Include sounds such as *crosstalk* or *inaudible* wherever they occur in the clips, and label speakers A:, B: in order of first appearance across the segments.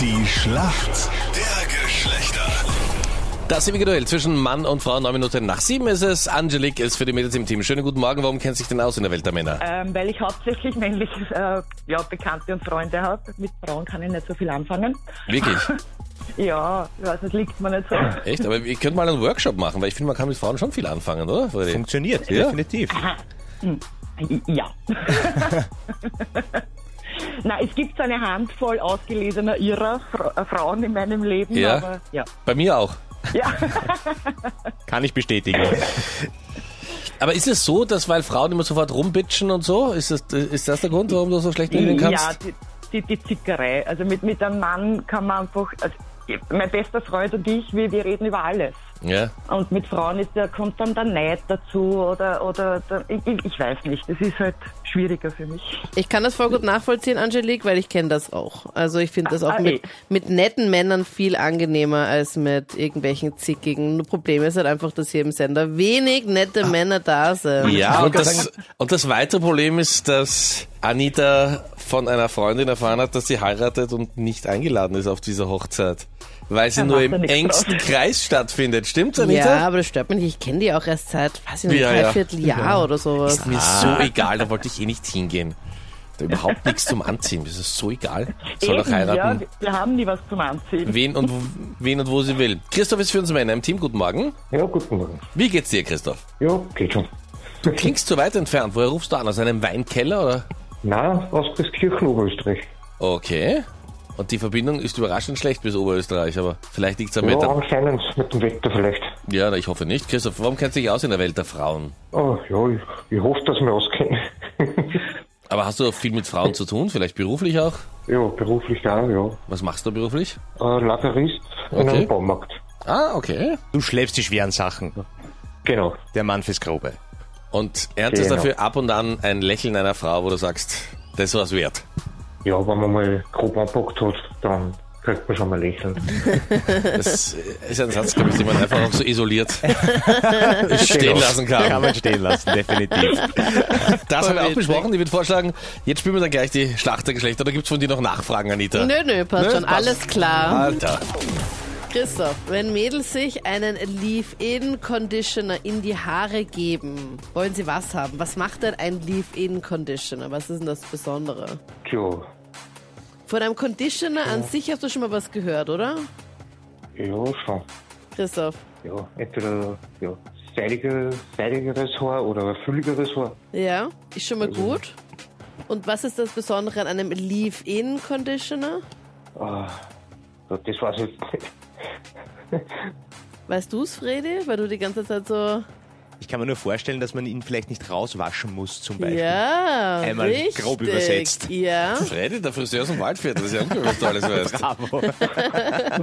A: Die Schlacht der Geschlechter.
B: Das ewige Duell zwischen Mann und Frau, neun Minuten nach sieben ist es. Angelique ist für die Mädels im Team. Schönen guten Morgen, warum kennt sich denn aus in der Welt der Männer?
C: Ähm, weil ich hauptsächlich männliche äh, ja, Bekannte und Freunde habe. Mit Frauen kann ich nicht so viel anfangen. *laughs*
B: Wirklich?
C: Ja, ich weiß nicht, liegt mir nicht
B: *laughs*
C: so.
B: Echt? Aber ihr könnt mal einen Workshop machen, weil ich finde, man kann mit Frauen schon viel anfangen, oder? Freddy?
D: Funktioniert,
B: Ja.
D: definitiv.
C: Äh, Ja. *laughs* Na, es gibt so eine Handvoll ausgelesener ihrer Fra äh, Frauen in meinem Leben,
B: Ja.
C: aber ja.
B: Bei mir auch. *laughs*
C: Ja,
D: Kann ich bestätigen.
B: Aber ist es so, dass weil Frauen immer sofort rumbitschen und so, ist das, ist das der Grund, warum du so schlecht mit ihnen kannst?
C: ja die, die, die Zickerei. Also mit, mit einem Mann kann man einfach, also, mein bester Freund und ich, wir, wir reden über alles.
B: Ja.
C: Und mit Frauen ist, da kommt dann der Neid dazu oder, oder der, ich, ich ich weiß nicht, das ist halt schwieriger für mich.
E: Ich kann das voll gut nachvollziehen, Angelique, weil ich kenne das auch. Also ich finde das
C: Ah,
E: auch
C: ah,
E: mit,
C: eh.
E: mit netten Männern viel angenehmer als mit irgendwelchen zickigen. Nur Problem ist halt einfach, dass hier im Sender wenig nette Männer da sind.
B: Ah. Ja, und das, und das weitere Problem ist, dass Anita von einer Freundin erfahren hat, dass sie heiratet und nicht eingeladen ist auf diese Hochzeit, weil sie
C: Da
B: nur
C: macht
B: im
C: er nichts
B: engsten
C: draus.
B: Kreis stattfindet. Stimmt's, Anita?
E: Ja, aber das stört mich nicht. Ich kenne die auch erst seit, weiß ich nicht,
B: Ja,
E: ein
B: ja.
E: Dreivierteljahr oder sowas.
B: Ist mir so egal, da wollte ich eh nicht hingehen. Da überhaupt nichts zum Anziehen, das ist so egal. Soll doch
C: Eben, ja,
B: heiraten.
C: wir- wir haben nie was zum Anziehen.
B: Wen und, wo- wen und wo sie will. Christoph ist für uns Männer im Team. Guten Morgen.
F: Ja, guten Morgen.
B: Wie geht's dir, Christoph?
F: Ja, geht schon.
B: Du klingst zu weit entfernt. Woher rufst du an? Aus einem Weinkeller oder?
F: Na, aus Christkirchen, Oberösterreich.
B: Okay. Und die Verbindung ist überraschend schlecht bis Oberösterreich, aber vielleicht liegt's am
F: Ja,
B: Wetter.
F: anscheinend mit dem Wetter vielleicht.
B: Ja, ich hoffe nicht. Christoph, warum kennst du dich aus in der Welt der Frauen?
F: Oh, ja, ich, ich hoffe, dass wir auskennen.
B: Aber hast du auch viel mit Frauen zu tun? Vielleicht beruflich auch?
F: *laughs* ja, beruflich auch, ja.
B: Was machst du beruflich?
F: Äh, Lagerist in
B: Okay.
F: einem Baumarkt.
B: Ah, okay.
D: Du schleppst die schweren Sachen.
F: Genau.
D: Der Mann fürs Grobe.
B: Und erntest
F: Genau.
B: dafür ab und an ein Lächeln einer Frau, wo du sagst, das war's wert.
F: Ja, wenn man mal grob anpackt hat, dann könnte man schon mal lächeln.
B: Das ist ein Satz, glaube ich, den man einfach auch so isoliert stehen lassen
D: genau. Kann
B: kann.
D: man stehen lassen, definitiv.
B: Das haben wir auch besprochen. Ich würde vorschlagen, jetzt spielen wir dann gleich die Schlacht der Geschlechter. Oder gibt's von dir noch Nachfragen, Anita?
E: Nö, nö, passt
B: Nö,
E: schon.
B: passt. Ah.
E: Alles klar.
B: Alter.
E: Christoph, wenn Mädels sich einen Leave-In-Conditioner in die Haare geben, wollen sie was haben? Was macht denn ein Leave-In-Conditioner? Was ist denn das Besondere?
F: Tja,
E: Von einem Conditioner an sich hast du schon mal was gehört, oder?
F: ja, schon.
E: Christoph.
F: Ja, entweder ja, seidige, seidigeres Haar oder fülligeres Haar.
E: Ja, ist schon mal gut. Und was ist das Besondere an einem Leave-In-Conditioner?
F: Ah, Ja, das weiß ich nicht. *laughs*
E: Weißt du's, Fredi? Weil du die ganze Zeit so.
D: Ich kann mir nur vorstellen, dass man ihn vielleicht nicht rauswaschen muss, zum Beispiel.
E: Ja,
D: Einmal
E: richtig.
D: grob übersetzt.
E: Ja.
B: Freddy, der Friseur aus dem Waldviertel, das ist ja unglaublich, was du alles weißt.
D: Bravo.
E: *laughs*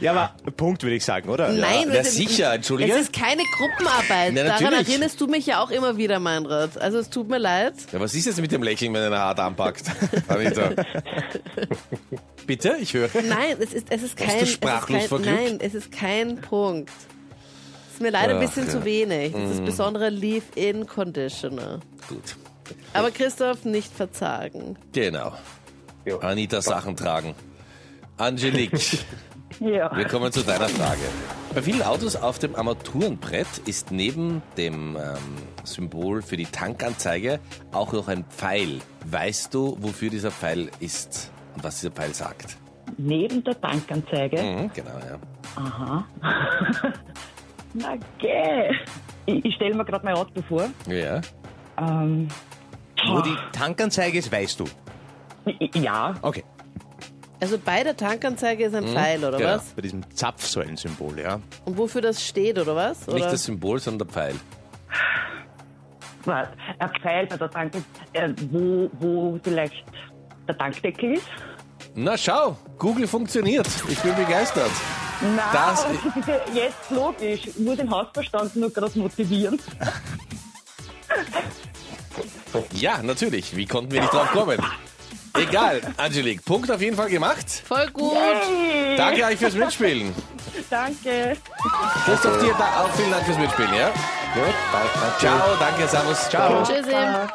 D: ja, aber Punkt würde ich sagen, oder?
E: Nein,
B: na
E: wir sind-
B: sicher, entschuldige.
E: Es ist keine Gruppenarbeit.
B: Na,
E: Daran
B: natürlich.
E: erinnerst du mich ja auch immer wieder, Meinrad. Also es tut mir leid.
B: Ja, was ist jetzt mit dem Lächeln, wenn einer hart anpackt, Anita? Bitte? Ich höre.
E: Nein, es ist, es ist
B: Hast
E: kein...
B: du sprachlos
E: es ist kein
B: verglückt?
E: nein, es ist kein Punkt. Es ist mir leider ein
B: Ach, Mhm.
E: bisschen zu wenig. Das ist das besondere Leave-In-Conditioner.
B: Gut.
E: Aber Christoph, nicht verzagen.
B: Genau.
F: Ja.
B: Anita Sachen tragen. Angelique,
C: Ja.
B: wir kommen zu deiner Frage. Bei vielen Autos auf dem Armaturenbrett ist neben dem ähm, Symbol für die Tankanzeige auch noch ein Pfeil. Weißt du, wofür dieser Pfeil ist und was dieser Pfeil sagt?
C: Neben der Bankanzeige.
B: Mhm, genau, ja.
C: *laughs* Na gell. Ich, ich stelle mir gerade mein Auto vor.
B: Ja.
C: Ähm,
D: Wo die Tankanzeige ist, weißt du.
C: i- i- ja,
D: Okay.
E: Also bei der Tankanzeige ist ein Pfeil, oder
B: genau.
E: was?
D: Bei diesem Zapfsäulensymbol, ja.
E: Und wofür das steht, oder was? Oder?
B: Nicht das Symbol, sondern der Pfeil.
C: warte, ein Pfeil bei der Tank, äh, wo, wo vielleicht der Tankdeckel ist.
B: Na schau, Google funktioniert. Ich bin begeistert.
C: Nein,
B: Das-
C: aber bitte *laughs* jetzt logisch. Ich muss den Hausverstand nur gerade motivieren.
B: Ja, natürlich. Wie konnten wir nicht drauf kommen? Egal, Angelique, Punkt auf jeden Fall gemacht.
E: Voll gut.
B: Danke euch fürs Mitspielen.
C: Danke.
B: Christoph, dir da auch vielen Dank fürs Mitspielen, ja?
F: Ja, danke.
B: Ciao, danke, Servus. Ciao.
E: Tschüssi.